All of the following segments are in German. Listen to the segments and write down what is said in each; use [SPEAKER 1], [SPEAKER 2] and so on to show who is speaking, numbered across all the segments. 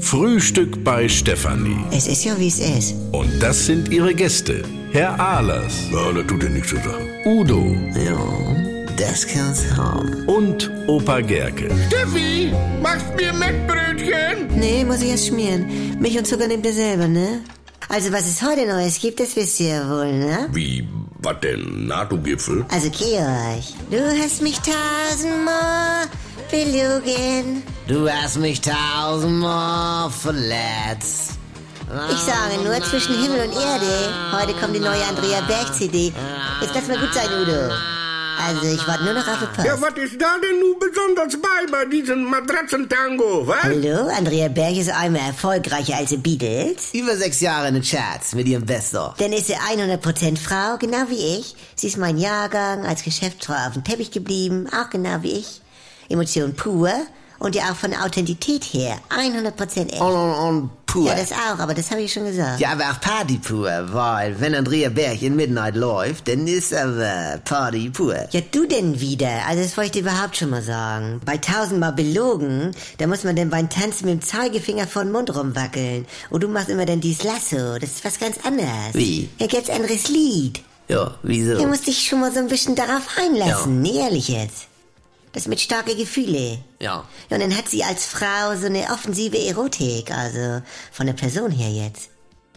[SPEAKER 1] Frühstück bei Stefanie.
[SPEAKER 2] Es ist ja, wie es ist.
[SPEAKER 1] Und das sind ihre Gäste. Herr Ahlers,
[SPEAKER 3] Ja, da tut er nichts zu sagen.
[SPEAKER 1] Udo
[SPEAKER 2] Ja, das kann's haben.
[SPEAKER 1] und Opa Gerke.
[SPEAKER 4] Steffi, machst mir Mettbrötchen?
[SPEAKER 2] Nee, muss ich erst schmieren. Milch und Zucker nehmt ihr selber, ne? Also, was es heute Neues gibt, das wisst ihr ja wohl, ne?
[SPEAKER 3] Wie, was denn? NATO-Gipfel?
[SPEAKER 2] Also, Georg, du hast mich tausendmal belogen.
[SPEAKER 5] Du hast mich tausendmal verletzt.
[SPEAKER 2] Ich sage nur zwischen Himmel und Erde. Heute kommt die neue Andrea Berg-CD. Jetzt lass mal gut sein, Udo. Also, ich warte nur noch auf den Pass.
[SPEAKER 4] Ja, was ist da denn nun besonders bei, bei diesem Matratzentango, was?
[SPEAKER 2] Hallo, Andrea Berg ist einmal erfolgreicher als die Beatles.
[SPEAKER 5] Über sechs Jahre in den Charts mit ihrem Bester.
[SPEAKER 2] Dann ist sie 100% Frau, genau wie ich. Sie ist mein Jahrgang, als Geschäftsfrau auf dem Teppich geblieben, auch genau wie ich. Emotion pur und ja auch von Authentität her, 100% echt.
[SPEAKER 5] Und, und, und pur.
[SPEAKER 2] Ja, das auch, aber das habe ich schon gesagt.
[SPEAKER 5] Ja, aber auch Party pur, weil wenn Andrea Berg in Midnight läuft, dann ist aber Party pur.
[SPEAKER 2] Ja, du denn wieder? Also das wollte ich dir überhaupt schon mal sagen. Bei tausendmal belogen, da muss man denn beim Tanzen mit dem Zeigefinger vor den Mund rumwackeln. Und du machst immer dann dieses Lasso, das ist was ganz anderes.
[SPEAKER 5] Wie?
[SPEAKER 2] Ja, ganz anderes Lied.
[SPEAKER 5] Ja, wieso?
[SPEAKER 2] Du musst dich schon mal so ein bisschen darauf einlassen, nee, ehrlich jetzt. Das mit starke Gefühle.
[SPEAKER 5] Ja.
[SPEAKER 2] Ja, und dann hat sie als Frau so eine offensive Erotik, also von der Person her jetzt.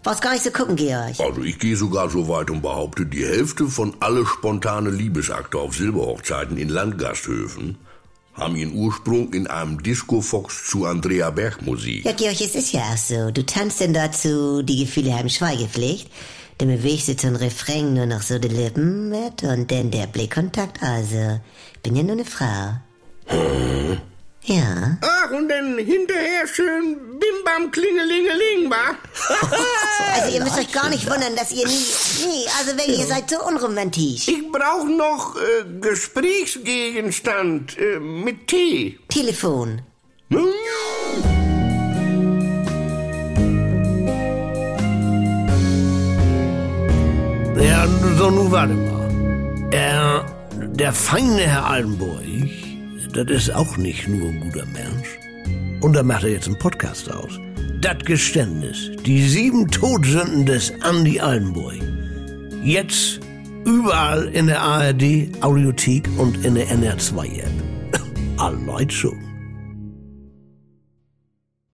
[SPEAKER 2] Brauchst gar nicht so gucken, Georg.
[SPEAKER 3] Also ich gehe sogar so weit und behaupte, die Hälfte von alle spontane Liebesakte auf Silberhochzeiten in Landgasthöfen haben ihren Ursprung in einem Disco-Fox zu Andrea Berg Musik.
[SPEAKER 2] Ja, Georg, es ist ja auch so. Du tanzt denn dazu, die Gefühle haben Schweigepflicht. Dann bewegst du zum Refrain nur noch so die Lippen mit und dann der Blickkontakt, also. Ich bin ja nur eine Frau. Ja.
[SPEAKER 4] Ach, und dann hinterher schön Bimbam Klingelingeling, wa?
[SPEAKER 2] Also ihr müsst euch gar nicht wundern, dass ihr nie. Nee, also wirklich, ihr seid so unromantisch.
[SPEAKER 4] Ich brauch noch äh, Gesprächsgegenstand äh, mit Tee.
[SPEAKER 2] Telefon.
[SPEAKER 6] Ja, so nun warte mal. Äh, der feine Herr Altenburg, das ist auch nicht nur ein guter Mensch. Und da macht er jetzt einen Podcast aus. Das Geständnis, die sieben Todsünden des Andy Altenburg. Jetzt überall in der ARD, Audiothek und in der NR2-App. Alle Leute schon.